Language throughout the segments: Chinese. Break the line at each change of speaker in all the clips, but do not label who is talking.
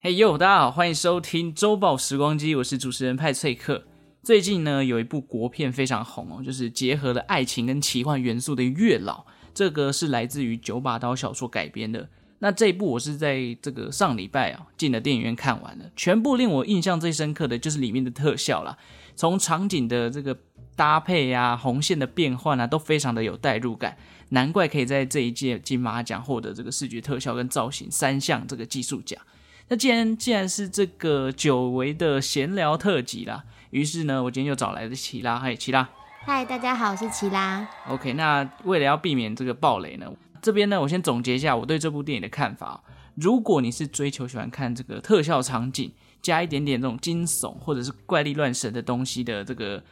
嘿呦，大家好，欢迎收听周报时光机，我是主持人派翠克。最近呢，有一部国片非常红哦，就是结合了爱情跟奇幻元素的《月老》，这个是来自于九把刀小说改编的。那这一部我是在这个上礼拜啊进了电影院看完了，全部令我印象最深刻的就是里面的特效啦，从场景的这个搭配啊、红线的变换啊，都非常的有代入感，难怪可以在这一届金马奖获得这个视觉特效跟造型三项这个技术奖。那既然既然是这个久违的闲聊特辑啦，于是呢，我今天又找来了齐拉，嗨，齐拉
嗨，大家好，我是齐拉。
，OK。那为了要避免这个暴雷呢，这边呢，我先总结一下我对这部电影的看法哦、如果你是追求喜欢看这个特效场景，加一点点这种惊悚或者是怪力乱神的东西的这个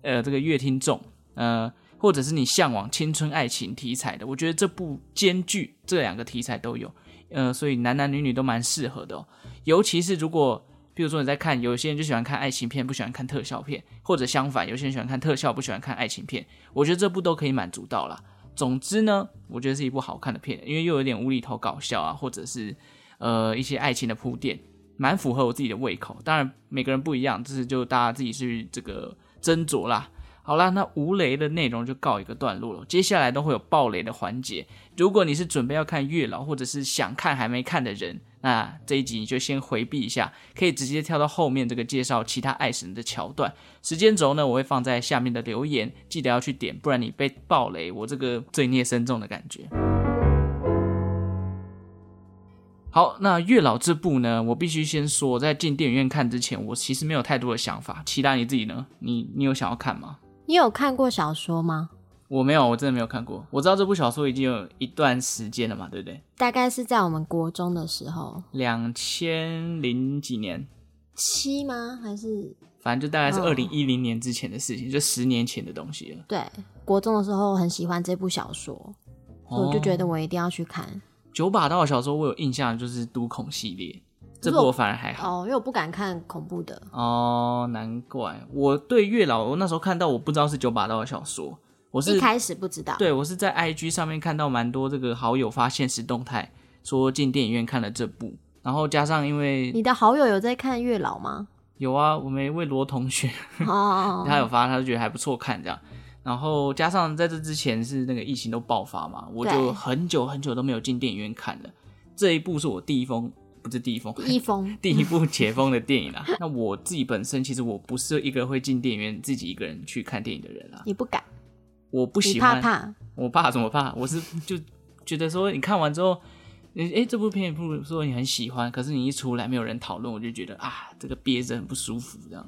呃这个乐听众，呃，或者是你向往青春爱情题材的，我觉得这部兼具这两个题材都有，呃，所以男男女女都蛮适合的哦。尤其是如果，比如说你在看，有些人就喜欢看爱情片，不喜欢看特效片，或者相反，有些人喜欢看特效，不喜欢看爱情片。我觉得这部都可以满足到啦。总之呢，我觉得是一部好看的片，因为又有点无厘头搞笑啊，或者是呃一些爱情的铺垫，蛮符合我自己的胃口。当然每个人不一样，这是就大家自己去这个斟酌啦。好啦，那无雷的内容就告一个段落了，接下来都会有爆雷的环节。如果你是准备要看月老，或者是想看还没看的人，那这一集你就先回避一下，可以直接跳到后面这个介绍其他爱神的桥段。时间轴呢，我会放在下面的留言，记得要去点，不然你被暴雷，我这个罪孽深重的感觉。好，那月老这部呢，我必须先说，在进电影院看之前，我其实没有太多的想法。其他你自己呢？你你有想要看吗？
你有看过小说吗？
我没有，我真的没有看过。我知道这部小说已经有一段时间了嘛，对不对？
大概是在我们国中的时候，
两千零几年，
七吗？还是
反正就大概是二
哦
零一零年之前的事情，就十年前的东西了。
对？国中的时候很喜欢这部小说，所以我就觉得
哦
我一定要去看。
九把刀的小说，我有印象就是都孔系列，这
可是
部
我
我反而还好。
哦，因为我不敢看恐怖的。
哦，难怪我对月老，我那时候看到我不知道是九把刀的小说，我
一
是
开始不知道，
对我是在 IG 上面看到蛮多这个好友发现实动态，说进电影院看了这部，然后加上因为
你的好友有在看月老 吗？
有啊，我们一位罗同学，
哦，
他有发，他就觉得还不错看这样。然后加上在这之前是那个疫情都爆发嘛，我就
对
很久很久都没有进电影院看了。这一部是我第一封，不是第一封，
一封
第一部解封的电影啦。 那我自己本身其实我不是一个会进电影院自己一个人去看电影的人啦，
你不敢，
我不
你
喜欢，
怕怕。
我怕怎么怕？我是就觉得说你看完之后，诶、诶这部片不如说你很喜欢，可是你一出来没有人讨论，我就觉得啊，这个憋着很不舒服这样。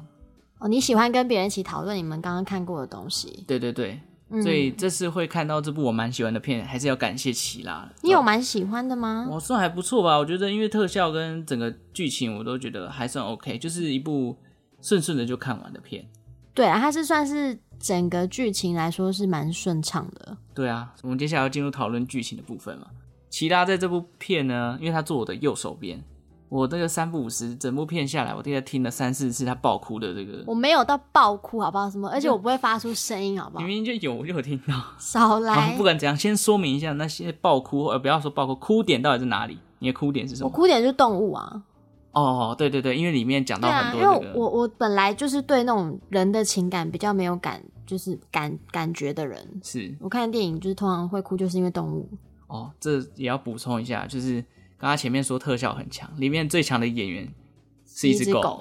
哦，你喜欢跟别人一起讨论你们刚刚看过的东西，
对对对，
嗯
所以这次会看到这部我蛮喜欢的片，还是要感谢奇拉。
你有蛮喜欢的吗？
我算还不错吧，我觉得因为特效跟整个剧情我都觉得还算 OK，就是一部顺顺的就看完的片。
对啊，它是算是整个剧情来说是蛮顺畅的。
对啊，我们接下来要进入讨论剧情的部分了。奇拉在这部片呢，因为他坐我的右手边，我这个三不五十，整部片下来，我大概听了三四次他爆哭的这个，
我没有到爆哭，好不好？什么？而且我不会发出声音，好不好
明？明就有，我就有听到。
少
好
来，
啊不管怎样，先说明一下那些爆哭，呃，不要说爆哭，哭点到底是哪里？你的哭点是什
我
么？
哭点就是动物啊，
哦，对对对，因为里面讲
对
到
啊
很，
因
多
为
这个，
我我本来就是对那种人的情感比较没有感，就是感感觉的人。
是
我看电影就是通常会哭，就是因为动物。
哦，这也要补充一下，就是刚刚前面说特效很强，里面最强的演员是一
一
只
只
狗，
狗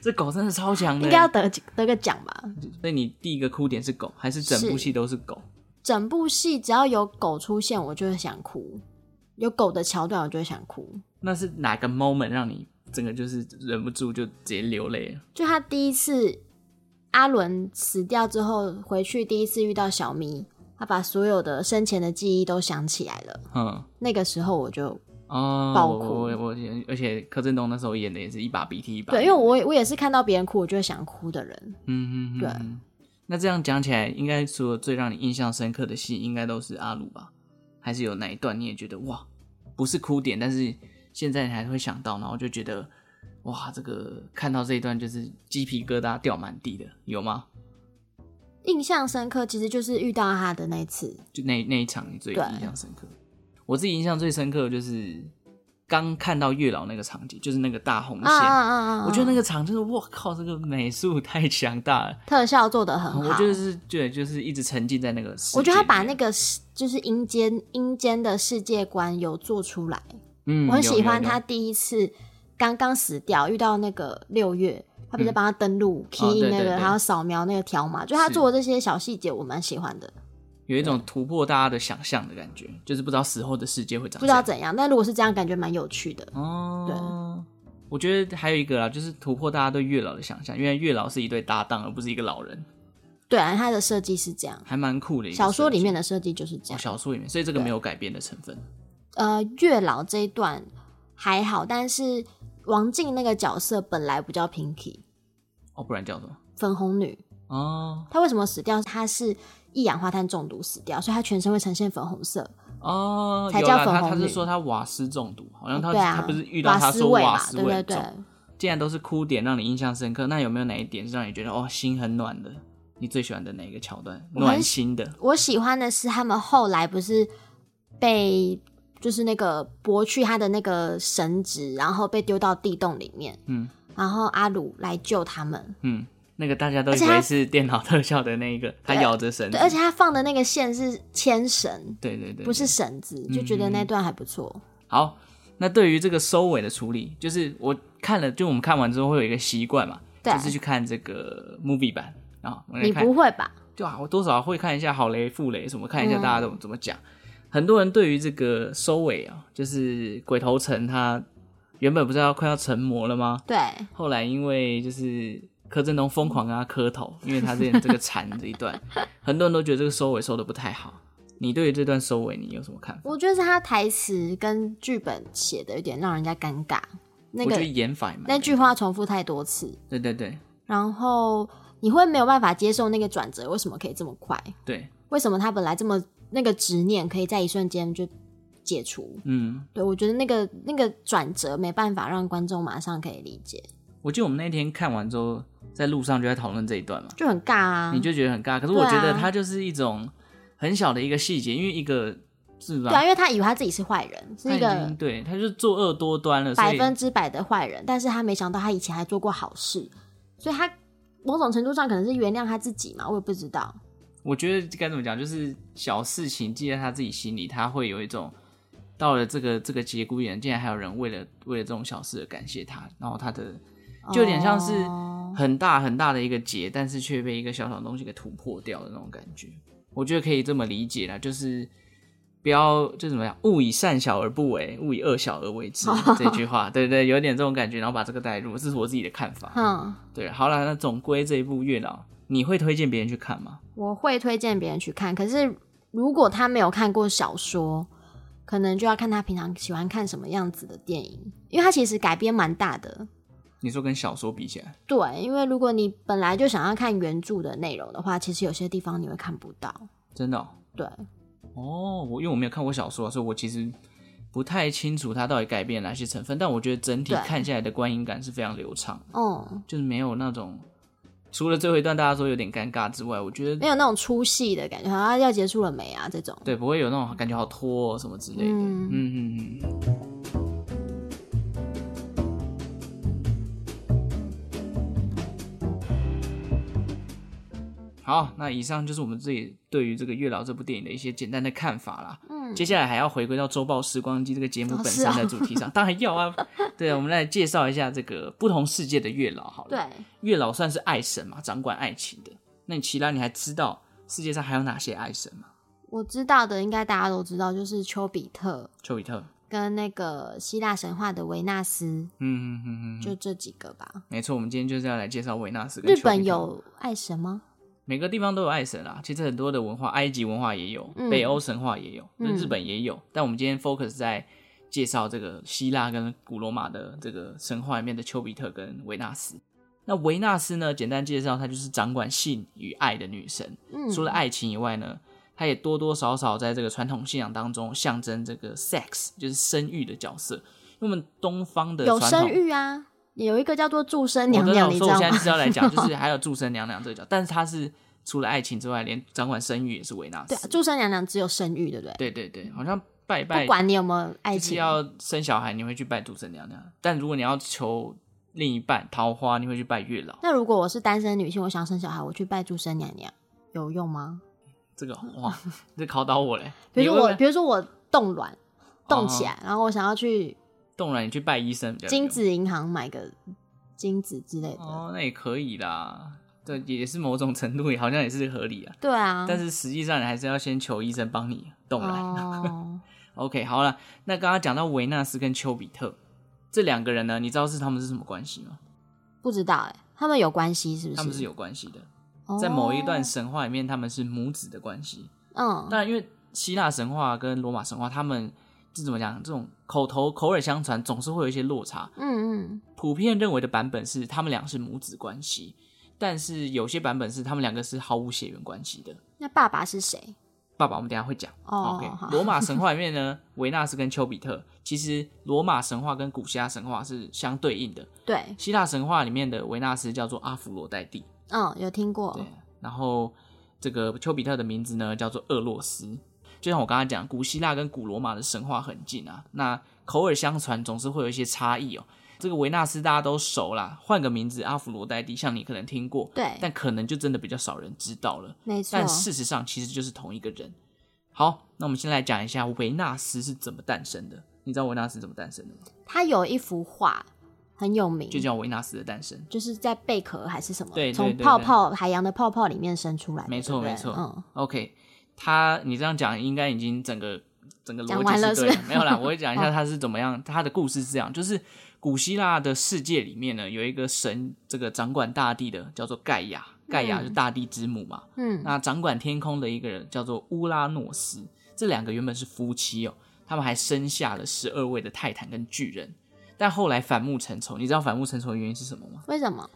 这狗真的超强的，
应该要得得个奖吧？
所以你第一个哭点是狗，还是整部
是
戏都是狗？
整部戏只要有狗出现，我就会想哭；有狗的桥段，我就会想哭。
那是哪个 moment 让你整个就是忍不住就直接流泪了？
就他第一次阿伦死掉之后回去，第一次遇到小咪，他把所有的生前的记忆都想起来了。
嗯，
那个时候我就
哦，
爆
我
哭
我我，而且柯震东那时候演的也是一把鼻涕一把
对，
泪，
因为我也我也是看到别人哭，我就会想哭的人。
嗯嗯嗯，
对
嗯。那这样讲起来，应该所有最让你印象深刻的戏，应该都是阿鲁吧？还是有哪一段你也觉得哇，不是哭点，但是现在你还会想到，然后就觉得哇，这个看到这一段就是鸡皮疙瘩掉满地的，有吗？
印象深刻，其实就是遇到他的那一次，
就那那一场你最
对
印象深刻？我自己印象最深刻的就是刚看到月老那个场景，就是那个大红
啊
线，
啊啊啊！
我觉得那
个
个场真的，我靠，这个美术太强大了。
特效做的很好，
我就是对，就是一直沉浸在那个世界里面。
我觉得他把那个世就是阴间阴间的世界观有做出来，
嗯，
我很
有
喜欢。他
有有
第一次刚刚死掉，遇到那个六月，他不是帮他登录、key
嗯哦对
那
对
个，
对
还有扫描那个条码，就他
是
做的这些小细节，我蛮喜欢的。
有一种突破大家的想象的感觉，就是不知道死后的世界会长
不
怎
知道
样。
怎样，但如果是这样，感觉蛮有趣的。
哦，对。我觉得还有一个啦，就是突破大家对月老的想象，因为月老是一对搭档，而不是一个老人，
对啊，它的设计是这样，
还蛮酷的一个设计。
小说里面的设计就是
哦，
这样。
小说里面，所以这个没有改编的成分。
呃，月老这一段还好，但是王静那个角色本来不叫 Pinky，
哦，不然叫什么？
粉红女，
哦
她为什么死掉？她是一氧化碳中毒死掉，所以她全身会呈现粉红色。
哦，
才
有
叫
啦
粉
他
红
他是
女
说他瓦斯中毒，好像他、
对啊，
他不是遇到他
瓦斯
说
味
瓦
嘛，
斯
对
味
对
中
对。
既然都是哭点让你印象深刻，那有没有哪一点是让你觉得哦心很暖的？你最喜欢的哪一个桥段？
我很
暖心的
我喜欢的是他们后来不是被就是那个驳去他的那个神职，然后被丢到地洞里面。
嗯，
然后阿鲁来救他们。
那个，大家都
而
以
且他
为是电脑特效的那一个，他
对
咬着绳子
对，，而且他放的那个线是牵绳，
对对对，嗯
不是
对
绳子，就觉得那段还不错。
好。那对于这个收尾的处理，就是我看了，就我们看完之后会有一个习惯嘛，
对
就是去看这个 movie 版啊，我们来
你
看
不会吧？
对啊，我多少会看一下好雷、负雷什么，看一下大家
嗯
怎么怎么讲。很多人对于这个收尾啊，就是鬼头城他原本不是要快要成魔了吗？
对，
后来因为就是柯震东疯狂跟他磕头，因为他之前这个缠这一 段，很多人都觉得这个收尾收的不太好。你对于这段收尾你有什么看法？
我觉得是他台词跟剧本写的有点让人家尴尬。那
我觉得
个
演法也蛮
那句话重复太多次，
对对对
然后你会没有办法接受那个转折，为什么可以这么快？
对，
为什么他本来这么那个执念可以在一瞬间就解除？
嗯，
对我觉得那个那个转折没办法让观众马上可以理解，
我记得我们那天看完之后，在路上就在讨论这一段嘛。
就很尬啊。
你就觉得很尬。可是
对
我
啊
觉得它就是一种很小的一个细节，因为一个是吧？
对啊，因为他以为他自己是坏人，是
他
一
已
个
经对，他就是作恶多端了，所
百
以
分之百的坏人，但是他没想到他以前还做过好事，所以他某种程度上可能是原谅他自己嘛，我也不知道。
我觉得该怎么讲，就是小事情记在他自己心里，他会有一种到了这个这个节骨眼，竟然还有人为了为了这种小事而感谢他，然后他的就有点像是
哦
很大很大的一个结，但是却被一个小小的东西给突破掉的那种感觉。我觉得可以这么理解啦，就是不要就怎么样，勿以善小而不为，勿以恶小而为之、这句话，对对，有点这种感觉，然后把这个带入，这是我自己的看法。
哼，
对，好了，那总归这一部《月老》，你会推荐别人去看吗？
我会推荐别人去看，可是如果他没有看过小说，可能就要看他平常喜欢看什么样子的电影，因为他其实改编蛮大的。
你说跟小说比起来，
对，因为如果你本来就想要看原著的内容的话，其实有些地方你会看不到。
真的哦，
对，
哦我因为我没有看过小说啊，所以我其实不太清楚它到底改变哪些成分，但我觉得整体
对
看下来的观影感是非常流畅的。
嗯，
就是没有那种，除了最后一段大家说有点尴尬之外，我觉得
没有那种出戏的感觉，好像要结束了没啊这种。
对不会有那种感觉好拖、哦、什么之类的。
嗯
嗯嗯嗯。好，那以上就是我们自己对于这个《月老》这部电影的一些简单的看法啦。
嗯
接下来还要回归到《周报时光机》这个节目
哦
本
是
身
哦
的主题 上，当然要啊。对，我们来介绍一下这个不同世界的月老好了。
对，
月老算是爱神嘛，掌管爱情的。那你其他你还知道世界上还有哪些爱神吗？
我知道的应该大家都知道，就是丘比特
丘比特，
跟那个希腊神话的维纳斯，
嗯嗯嗯嗯，
就这几个吧。
没错，我们今天就是要来介绍维纳斯跟
日
丘比特
本，有爱神吗？
每个地方都有爱神啊。其实很多的文化，埃及文化也有，
嗯
北欧神话也有，
嗯
日本也有。但我们今天 focus 在介绍这个希腊跟古罗马的这个神话里面的丘比特跟维纳斯。那维纳斯呢？简单介绍，她就是掌管性与爱的女神。
嗯，
除了爱情以外呢，它也多多少少在这个传统信仰当中象征这个 sex，就是生育的角色。因为我们东方的
有
传
生
统，
育啊，有一个叫做祝生
我
娘
知道，
娘，你知
所以我
道
现在就是
吗？
要来讲， 就是还有祝生娘娘这个角色，但是它是除了爱情之外，连掌管生育也是维纳斯。
啊对啊，祝生娘娘只有生育，对不对？
对对对，好像拜
不
拜，
管你有没有爱
就是
情，
要生小孩，你会去拜独生娘娘；但如果你要求另一半桃花，你会去拜月老。
那如果我是单身女性，我想生小孩，我去拜诸生娘娘有用吗？
这个哇， 这考倒我嘞！
比如
你
说
会
我，
不会
比如说我冻卵
哦
冻起来，然后我想要去
冻卵，你去拜医生比较有
精
用
子银行买个精子之类的。
哦，那也可以啦。对，也是某种程度也好像也是合理啊。
对啊，
但是实际上你还是要先求医生帮你冻卵。
哦，
OK，好了，那刚刚讲到维纳斯跟丘比特这两个人呢，你知道是他们是什么关系吗？
不知道哎、他们有关系是不是？
他们是有关系的，在某一段神话里面，他们是母子的关系。
哦，嗯，
当然，因为希腊神话跟罗马神话，他们这怎么讲？这种口头口耳相传，总是会有一些落差。
嗯嗯，
普遍认为的版本是他们俩是母子关系，但是有些版本是他们两个是毫无血缘关系的。
那爸爸是谁？
爸爸，我们等一下会讲。
哦
OK，
好
罗马神话里面呢， 维纳斯跟丘比特，其实罗马神话跟古希腊神话是相对应的。
对，
希腊神话里面的维纳斯叫做阿芙罗代蒂，
嗯，有听过
对，然后这个丘比特的名字呢叫做厄洛斯。就像我刚刚讲，古希腊跟古罗马的神话很近啊，那口耳相传总是会有一些差异哦。这个维纳斯大家都熟啦，换个名字阿芙罗代蒂，像你可能听过，
对，
但可能就真的比较少人知道了。
没错
但，事实上其实就是同一个人。好，那我们先来讲一下维纳斯是怎么诞生的。你知道维纳斯怎么诞生的吗？
他有一幅画很有名，
就叫维纳斯的诞生。
就是在贝壳还是什么，
对对
从
对
泡
对
泡海洋的泡泡里面生出来的，
没错
对不对
没错
嗯，
OK，他你这样讲应该已经整个整个
讲
逻
完
辑
了
对
是
的，没有啦，我会讲一 下他是怎么样，他的故事是这样，就是古希腊的世界里面呢，有一个神，这个掌管大地的叫做盖亚，盖亚是大地之母嘛，
嗯，
那掌管天空的一个人叫做乌拉诺斯，这两个原本是夫妻哦，他们还生下了十二位的泰坦跟巨人，但后来反目成仇，你知道反目成仇的原因是什么吗？
为什么？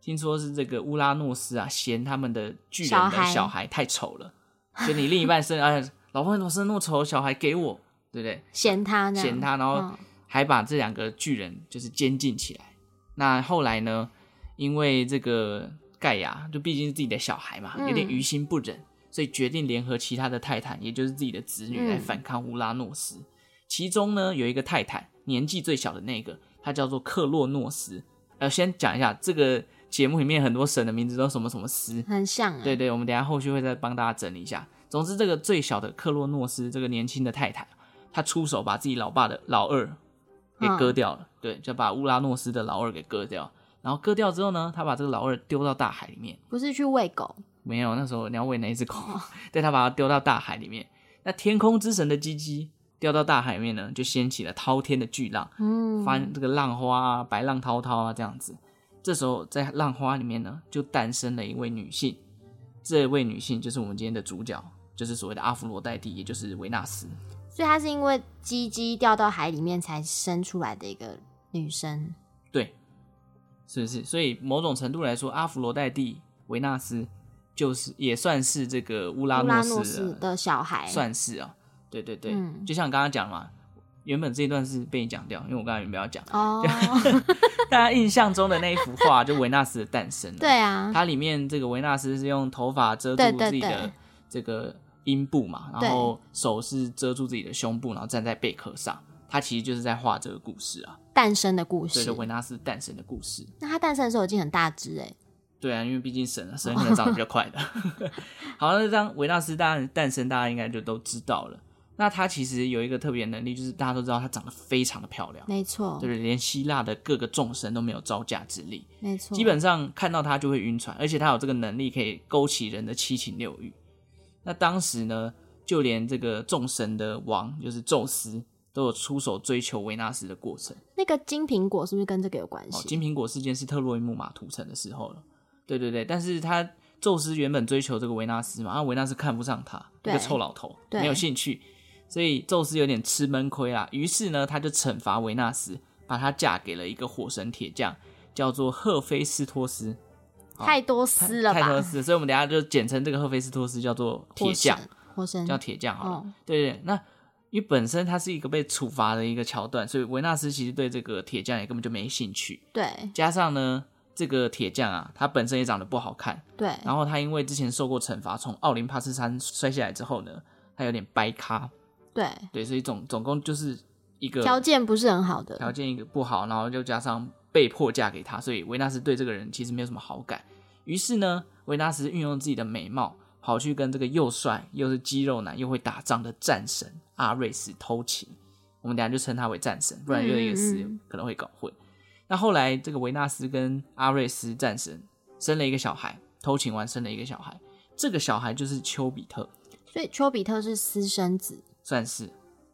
听说是这个乌拉诺斯啊，嫌他们的巨人
小
的
孩
小孩太丑了，所以你另一半生， 哎，老婆怎么生那么丑的小孩给我，对不对？
嫌他呢？
嫌他，然后
嗯
还把这两个巨人就是监禁起来。那后来呢，因为这个盖亚就毕竟是自己的小孩嘛，
嗯
有点于心不忍，所以决定联合其他的泰坦，也就是自己的子女
嗯
来反抗乌拉诺斯。其中呢，有一个泰坦年纪最小的那个，他叫做克洛诺斯。呃，先讲一下这个节目里面很多神的名字都什么什么斯，
很像、欸，
对对，我们等一下后续会再帮大家整理一下。总之，这个最小的克洛诺斯，这个年轻的泰坦，他出手把自己老爸的老二给割掉了，对，就把乌拉诺斯的老二给割掉。然后割掉之后呢，他把这个老二丢到大海里面。
不是去喂狗，
没有，那时候你要喂哪一只狗？对，他把它丢到大海里面。那天空之神的鸡鸡掉到大海里面呢，就掀起了滔天的巨浪，
嗯，
翻这个浪花啊，白浪滔滔啊，这样子。这时候在浪花里面呢，就诞生了一位女性，这位女性就是我们今天的主角，就是所谓的阿芙罗代蒂，也就是维纳斯。
所以她是因为鸡鸡掉到海里面才生出来的一个女生，
对，是不是？所以某种程度来说，阿芙罗代蒂、维纳斯就是也算是这个乌拉
乌
诺
拉
斯
诺斯
了
的小孩，
算是啊，对对对，
嗯
就像你刚刚讲嘛，原本这一段是被你讲掉，因为我刚才原本要讲
哦，
大家印象中的那一幅画，就维纳斯的诞生了。
对啊，
它里面这个维纳斯是用头发遮
对
住
对
自己
对
的这个阴部嘛，
对
然后手是遮住自己的胸部，然后站在贝壳上。他其实就是在画这个故事啊，
诞生的故
对，
事
就。维纳斯诞生的故事。
那她诞生的时候已经很大只哎、
对啊，因为毕竟神啊，神可能长得比较快的。 好，那当维纳斯诞诞生，大家应该就都知道了。那他其实有一个特别的能力，就是大家都知道她长得非常的漂亮，
没错
对不，对？连希腊的各个众神都没有招架之力。
没错，
基本上看到他就会晕船，而且他有这个能力可以勾起人的七情六欲。那当时呢，就连这个众神的王，就是宙斯，都有出手追求维纳斯的过程。
那个金苹果是不是跟这个有关
哦，
系？
金苹果事件是特洛伊木马屠城的时候了。对对对，但是他宙斯原本追求这个维纳斯嘛，啊，维纳斯看不上他，一
对
个臭老头，
对
没有兴趣，所以宙斯有点吃闷亏啦。于是呢，他就惩罚维纳斯，把她嫁给了一个火神铁匠，叫做赫菲斯托斯。哦
太多丝了吧？
泰托斯，所以我们等一下就简称这个赫菲斯托斯叫做铁匠，
火神，
叫铁匠好了。
哦
对对，对那因为本身它是一个被处罚的一个桥段，所以维纳斯其实对这个铁匠也根本就没兴趣。
对
加上呢，这个铁匠啊，他本身也长得不好看，
对，
然后他因为之前受过惩罚，从奥林帕斯山摔下来之后呢，他有点掰咖，
对，
对，所以总总共就是一个
条件不是很好
条
的，
件一个不好，然后又加上被迫嫁给他，所以维纳斯对这个人其实没有什么好感。于是呢，维纳斯运用自己的美貌，跑去跟这个又帅又是肌肉男又会打仗的战神阿瑞斯偷情。我们等一下就称他为战神，不然又一个
嗯
词
嗯嗯
可能会搞混。那后来这个维纳斯跟阿瑞斯战神生了一个小孩，偷情完生了一个小孩，这个小孩就是丘比特。
所以丘比特是私生子
算是，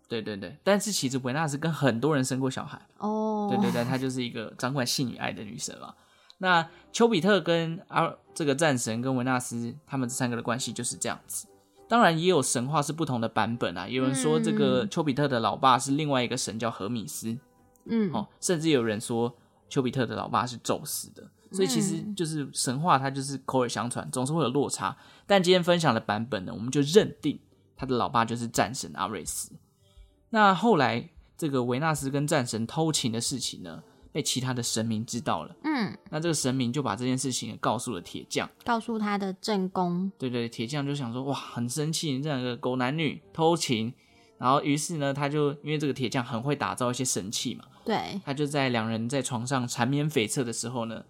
对对对。但是其实维纳斯跟很多人生过小孩，
哦。
对对对，她就是一个掌管性与爱的女神嘛。那丘比特跟阿这个战神跟维纳斯他们这三个的关系就是这样子。当然也有神话是不同的版本啊，有人说这个
嗯
丘比特的老爸是另外一个神叫荷米斯，
嗯，
哦，甚至有人说丘比特的老爸是宙斯的。所以其实
嗯
就是神话，它就是口耳相传，总是会有落差。但今天分享的版本呢，我们就认定他的老爸就是战神阿瑞斯。那后来这个维纳斯跟战神偷情的事情呢，被其他的神明知道了。
嗯，
那这个神明就把这件事情告诉了铁匠。
告诉他的正宫，
对对，铁匠就想说，哇，很生气，你这两个狗男女偷情。然后于是呢，他就因为这个铁匠很会打造一些神器嘛，
对，
他就在两人在床上缠绵悱恻的时候呢，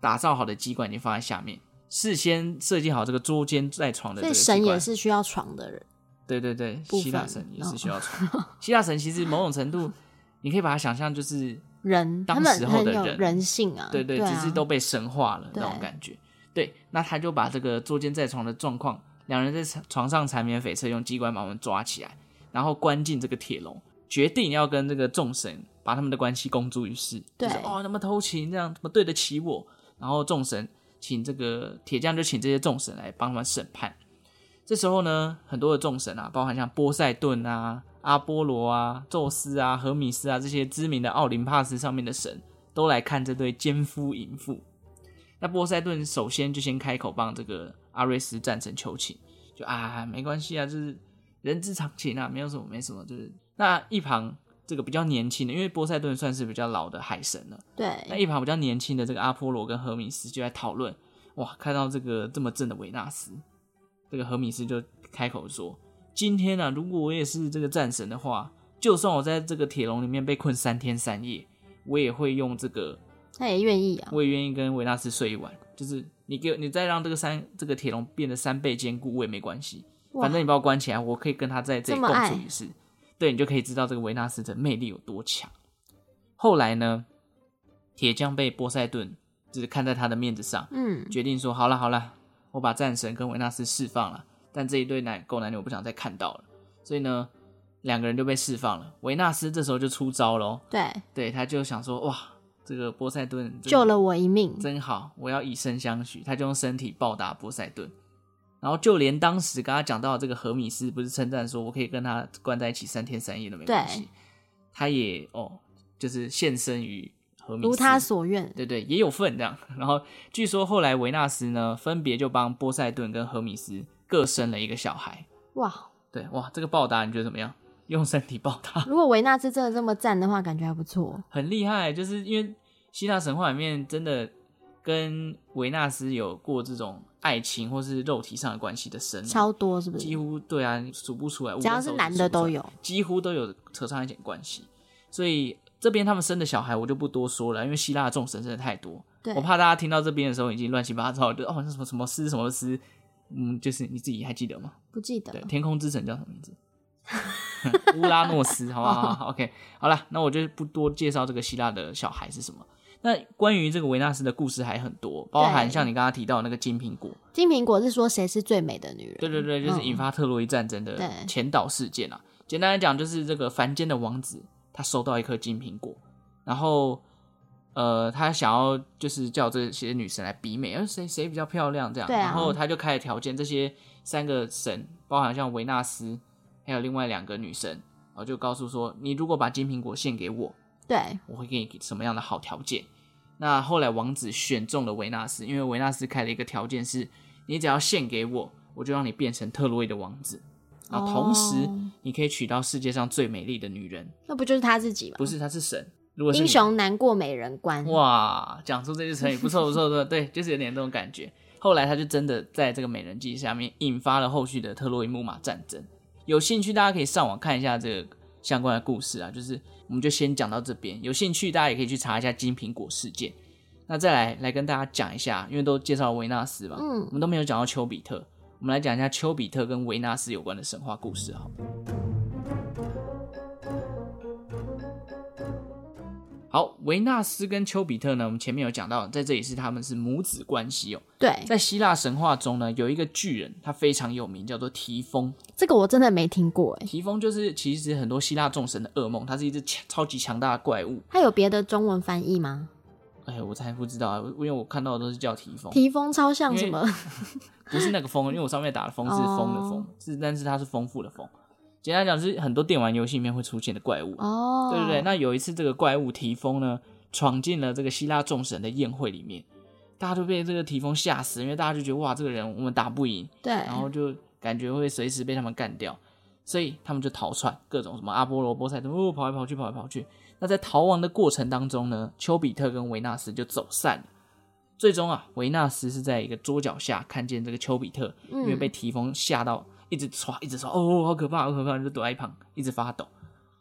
打造好的机关已经放在下面，事先设计好这个捉奸在床的这个
所以
机
神也
关
是需要床的人，
对对对，
部
希腊
分
神也
哦
是需要床。希腊神其实某种程度，你可以把它想象就是
人
当
他们
时候
很
的
有
人
人性啊，
对对，
对，
只是都。被神化了那
对
种感觉。对，那他就把这个捉奸在床的状况，两人在床上缠绵悱恻，用机关把我们抓起来，然后关进这个铁笼，决定要跟这个众神把他们的关系公诸于世。
对
就是、哦，他们偷情这样，怎么对得起我？然后众神请这个铁匠就请这些众神来帮他们审判。这时候呢，很多的众神啊，包含像波塞顿啊、阿波罗啊、宙斯啊、荷米斯啊这些知名的奥林帕斯上面的神，都来看这对奸夫淫妇。那波塞顿首先就先开口帮这个阿瑞斯战神求情，就啊没关系啊，就是人之常情啊，没有什么没什么，就是那一旁这个比较年轻的，因为波塞顿算是比较老的海神了，那
对，
一旁比较年轻的这个阿波罗跟荷米斯就在讨论，哇，看到这个这么正的维纳斯，这个荷米斯就开口说：“今天啊，如果我也是这个战神的话，就算我在这个铁笼里面被困三天三夜，我也会用这个，
他也愿意啊。
我也愿意跟维纳斯睡一晚。就是你给我，你再让这个三这个铁笼变得三倍坚固，我也没关系。
哇
反正你把我关起来，我可以跟他在这里
这么
共
爱
处一室。对你就可以知道这个维纳斯的魅力有多强。后来呢，铁匠被波塞顿就是看在他的面子上，
嗯，
决定说：好了好了，我把战神跟维纳斯释放了，但这一对奶狗男女我不想再看到了。所以呢，两个人就被释放了。维纳斯这时候就出招喽，
对，
对，他就想说：哇，这个波塞顿真
救了我一命。
真好，我要以身相许。他就用身体报答波塞顿，然后就连当时刚刚讲到的这个荷米斯，不是称赞说我可以跟他关在一起三天三夜都没关系
对，
他也哦，就是献身于荷米
如
斯，
他所愿，
对对，也有份这样。然后据说后来维纳斯呢，分别就帮波塞顿跟荷米斯各生了一个小孩。
哇！
对，哇，这个报答你觉得怎么样？用身体报答，
如果维纳斯真的这么赞的话，感觉还不错。
很厉害，就是因为希腊神话里面真的跟维纳斯有过这种爱情或是肉体上的关系的神，
超多是不
几
是？
乎对啊，你数不出来，
只要是男的都，有。
几乎都有扯上一点关系。所以这边他们生的小孩我就不多说了，因为希腊的众神真的太多，
对
我，怕大家听到这边的时候已经乱七八糟，就哦那什么什么斯什么斯，嗯，就是你自己还记得吗？
不记得
对，。天空之城叫什么名字？ 乌拉诺斯，好不好好？OK，好了，那我就不多介绍这个希腊的小孩是什么。那关于这个维纳斯的故事还很多，包含
对
像你刚刚提到那个金苹果，
金苹果是说谁是最美的女人？嗯
对对对，就是引发特洛伊战争的
对
前导事件啊。简单来讲，就是这个凡间的王子他收到一颗金苹果，然后呃，他想要就是叫这些女神来比美，而谁谁比较漂亮这样。
对啊
然后他就开始条件，这些三个神，包含像维纳斯，还有另外两个女神，然后就告诉说，你如果把金苹果献给我，
对
我会给你什么样的好条件？那后来王子选中了维纳斯，因为维纳斯开了一个条件是，你只要献给我，我就让你变成特洛伊的王子，然后同时
哦
你可以娶到世界上最美丽的女人，
那不就是他自己吗？
不是她是神，如果是
英
你
雄难过美人关。
哇，讲出这句成语不错不错不错，对，就是有点那种感觉。后来他就真的在这个美人计下面引发了后续的特洛伊木马战争，有兴趣大家可以上网看一下这个相关的故事啊，就是我们就先讲到这边。有兴趣大家也可以去查一下金苹果事件。那再来来跟大家讲一下，因为都介绍了维纳斯吧，
嗯
我们都没有讲到丘比特，我们来讲一下丘比特跟维纳斯有关的神话故事好了。好，维纳斯跟丘比特呢，我们前面有讲到，在这里是他们是母子关系哦。
对，
在希腊神话中呢，有一个巨人，他非常有名，叫做提丰。
这个我真的没听过哎，
提丰就是其实很多希腊众神的噩梦，它是一只强超级强大的怪物。
它有别的中文翻译吗？
哎，我才不知道啊，因为我看到的都是叫提丰，
嗯提风超像什么？
不是那个风，因为我上面打的风是
哦
风的风，是但是它是丰富的丰。简单讲，就是很多电玩游戏里面会出现的怪物啊。
哦，
对对对，那有一次这个怪物提丰呢，闯进了这个希腊众神的宴会里面，大家都被这个提丰吓死，因为大家就觉得哇，这个人我们打不赢，
对
然后就感觉会随时被他们干掉，所以他们就逃窜，各种什么阿波罗、波塞冬，哦，跑来跑去，跑来跑去。那在逃亡的过程当中呢，丘比特跟维纳斯就走散了。最终啊，维纳斯是在一个桌脚下看见这个丘比特，
嗯
因为被提风吓到，一直唰一直唰，哦，好可怕，好可怕，就躲在一旁一直发抖。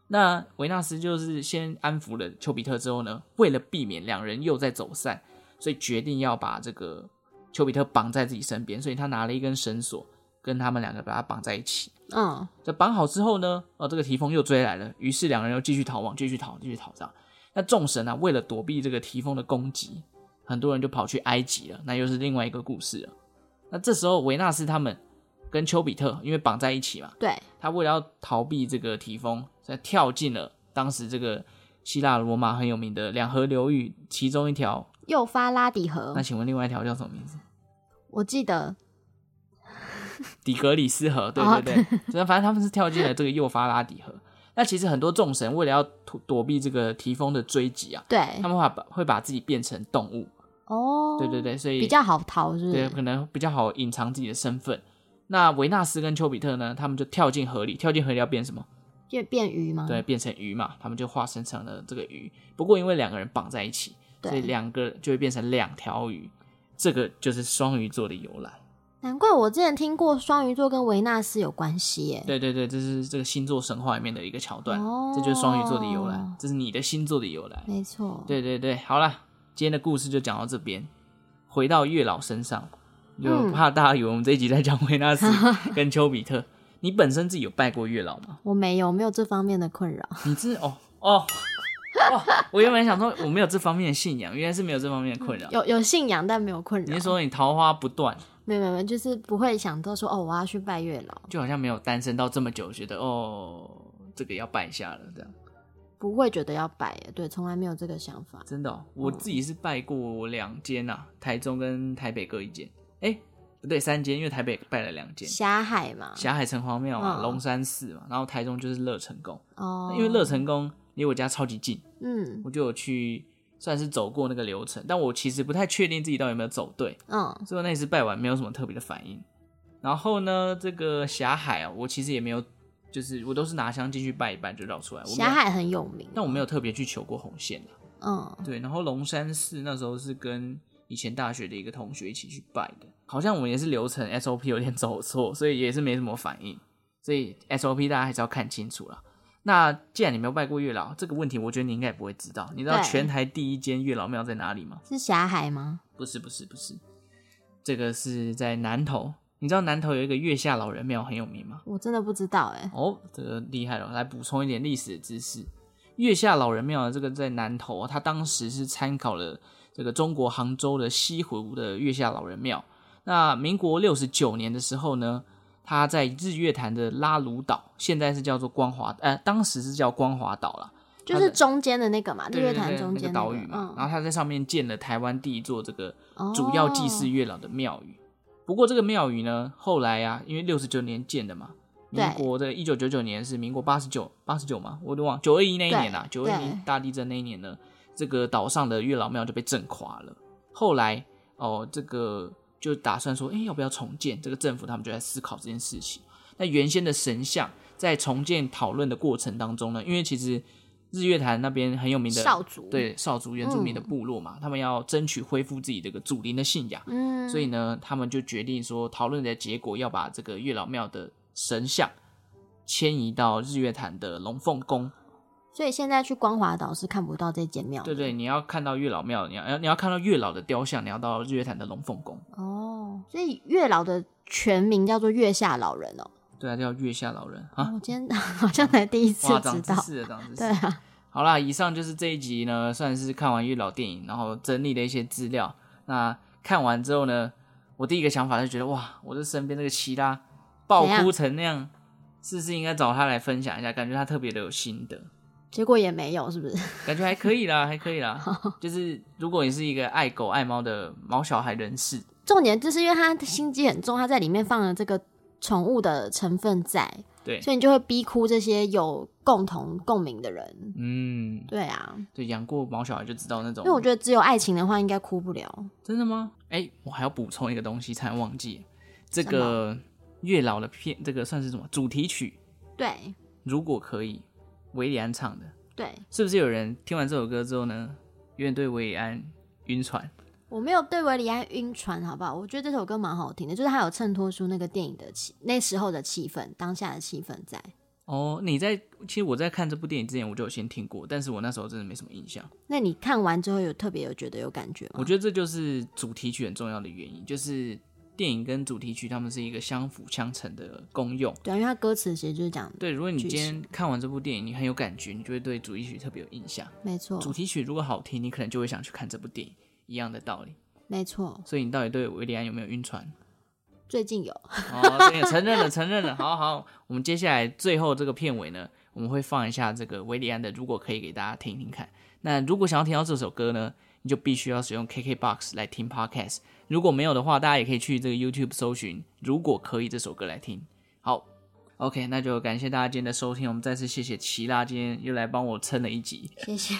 那维纳斯就是先安抚了丘比特之后呢，为了避免两人又在走散，所以决定要把这个丘比特绑在自己身边，所以他拿了一根绳索跟他们两个把他绑在一起。
嗯，
这绑好之后呢，哦，这个提丰又追来了，于是两人又继续逃亡，继续逃，继续逃这样。那众神啊，为了躲避这个提丰的攻击，很多人就跑去埃及了，那又是另外一个故事了。那这时候维纳斯他们跟丘比特因为绑在一起嘛，
对，
他为了要逃避这个提丰，所以跳进了当时这个希腊罗马很有名的两河流域其中一条。
幼发拉底河
那，请问另外一条叫什么名字？
我记得
底格里斯河，对
哦
对对，所以 反正他们是跳进了这个幼发拉底河。那其实很多众神为了要躲躲避这个提丰的追击啊，
对
他们会把会把自己变成动物，
哦，
对对，对，所以
比较嗯好逃是不
对
是？
可能比较好隐藏自己的身份。那维纳斯跟丘比特呢，他们就跳进河里，跳进河里要变什么？
就变鱼吗？
对，变成鱼嘛，他们就化身成了这个鱼。不过因为两个人绑在一起，所以
对
两个就会变成两条鱼，这个就是双鱼座的由来。
难怪我之前听过双鱼座跟维纳斯有关系耶。
对对对，这是这个星座神话里面的一个桥段，
哦
这就是双鱼座的由来，这是你的星座的由来。
没错，
对对对，好啦，今天的故事就讲到这边，回到月老身上，就
嗯
怕大家以为我们这一集在讲维 纳斯跟丘比特。你本身自己有拜过月老吗？
我没有没有这方面的困扰。
你这哦哦哦，我原本想说我没有这方面的信仰，原来是没有这方面的困扰。
嗯有有信仰，但没有困
你
扰。
是说你桃花不断，
没有没有，没有就是不会想到说哦，我要去拜月老，
就好像没有单身到这么久，觉得哦这个要拜一下了这样。
不会觉得要拜耶，对，从来没有这个想法。
真的哦、我自己是拜过两间啊，台中跟台北各一间。哎、不对，三间，因为台北拜了两间，
霞海嘛，
霞海城隍庙嘛，
啊嗯
龙、山寺嘛，然后台中就是乐成宫，
哦，
因为乐成宫离我家超级近，
嗯
我就有去算是走过那个流程，但我其实不太确定自己到底有没有走对，
嗯
所以我那一次拜完没有什么特别的反应。然后呢，这个霞海啊，我其实也没有，就是我都是拿香进去拜一拜就绕出来，我没
霞
有，
海很有名，
但我没有特别去求过红线啊
嗯
对，然后龙山寺那时候是跟以前大学的一个同学一起去拜的，好像我们也是流程 SOP 有点走错，所以也是没什么反应，所以 SOP 大家还是要看清楚啦。那既然你没有拜过月老，这个问题我觉得你应该也不会知道。你知道
对
全台第一间月老庙在哪里吗？
是霞海吗？
不是，不是，不是，这个是在南头。你知道南头有一个月下老人庙很有名吗？
我真的不知道哎，
哦，这个厉害了！来补充一点历史知识。月下老人庙呢这个在南投啊，它当时是参考了这个中国杭州的西湖的月下老人庙。那民国六十九年的时候呢，它在日月潭的拉鲁岛，现在是叫做光华，呃，当时是叫光华岛啦，
就是中间的那个嘛，日
对
月
对
潭
对
中
那个
间
岛
个
屿嘛。然
嗯，哦
后它在上面建了台湾第一座这个主要祭祀月老的庙宇。不过这个庙宇呢，后来啊，因为六十九年建的嘛，民
对
国的一九九九年是民国八十九八十九嘛，我都忘九二一那一年啊，
对
九二一
对
大地震那一年呢，这个岛上的月老庙就被震垮了。后来哦，这个就打算说，哎，要不要重建？这个政府他们就在思考这件事情。那原先的神像在重建讨论的过程当中呢，因为其实日月潭那边很有名的
少族，嗯
对少族原住民的部落嘛，他们要争取恢复自己这个祖灵的信仰，
嗯，
所以呢，他们就决定说，讨论的结果要把这个月老庙的神像迁移到日月潭的龙凤宫。
所以现在去光华岛是看不到这间庙的。
对对，你要看到月老庙，你要你要看到月老的雕像，你要到日月潭的龙凤宫。
哦，所以月老的全名叫做月下老人哦。
对啊，叫月下老人啊。
我今天 好像才第 一次
哇，
知
长知
道。
识了，长知
对
识。
啊，
好啦，以上就是这一集呢，算是看完月老电影，然后整理的一些资料。那看完之后呢，我第一个想法就觉得，哇，我这身边这个希拉爆
怎
哭
样
成那样，是不是应该找他来分享一下？感觉他特别的有心 得，
结果也没有，是不是？
感觉还可以啦，还可以啦。就是如果你是一个爱狗爱猫的毛小孩人士，
重点就是因为他的心机很重，他在里面放了这个宠物的成分在，
对，
所以你就会逼哭这些有共同共鸣的人。
嗯，
对啊，
对，养过毛小孩就知道那种
因为。我觉得只有爱情的话，应该哭不了。
真的吗？哎、我还要补充一个东西，差点忘记了这个月老的片，这个算是什么主题曲？
对
如果可以，维里安唱的，
对，
是不是有人听完这首歌之后呢，有点对维里安晕船？
我没有对维里安晕船，好不好？我觉得这首歌蛮好听的，就是它有衬托出那个电影的气，那时候的气氛，当下的气氛在。
哦，你在其实我在看这部电影之前，我就有先听过，但是我那时候真的没什么印象。
那你看完之后有特别有觉得有感觉吗？
我觉得这就是主题曲很重要的原因，就是电影跟主题曲它们是一个相辅相成的功用。
对啊，因为它歌词其实就是讲，
对，如果你
确
今
实
天看完这部电影，你很有感觉，你就会对主题曲特别有印象。
没错，
主题曲如果好听，你可能就会想去看这部电影，一样的道理。
没错，
所以你到底对维利安有没有晕船？
最近有，
哦，对，承认了，承认了。好好，我们接下来最后这个片尾呢，我们会放一下这个维利安的《如果可以》给大家听一听看。那如果想要听到这首歌呢，你就必须要使用 KKBOX 来听 Podcast。如果没有的话，大家也可以去这个 YouTube 搜寻《如果可以》这首歌来听。好，OK，那就感谢大家今天的收听，我们再次谢谢齐拉今天又来帮我撑了一集。
谢谢。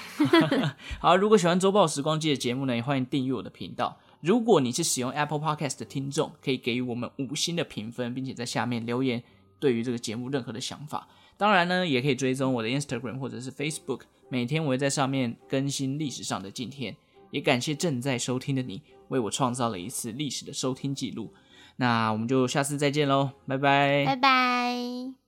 好，如果喜欢《周报时光机》的节目呢，也欢迎订阅我的频道。如果你是使用 Apple Podcast 的听众，可以给予我们五星的评分，并且在下面留言对于这个节目任何的想法。当然呢，也可以追踪我的 Instagram 或者是 Facebook，每天我会在上面更新历史上的今天。也感谢正在收听的你，为我创造了一哎次历史的收听记录。那我们就下次再见喽，拜拜
拜拜。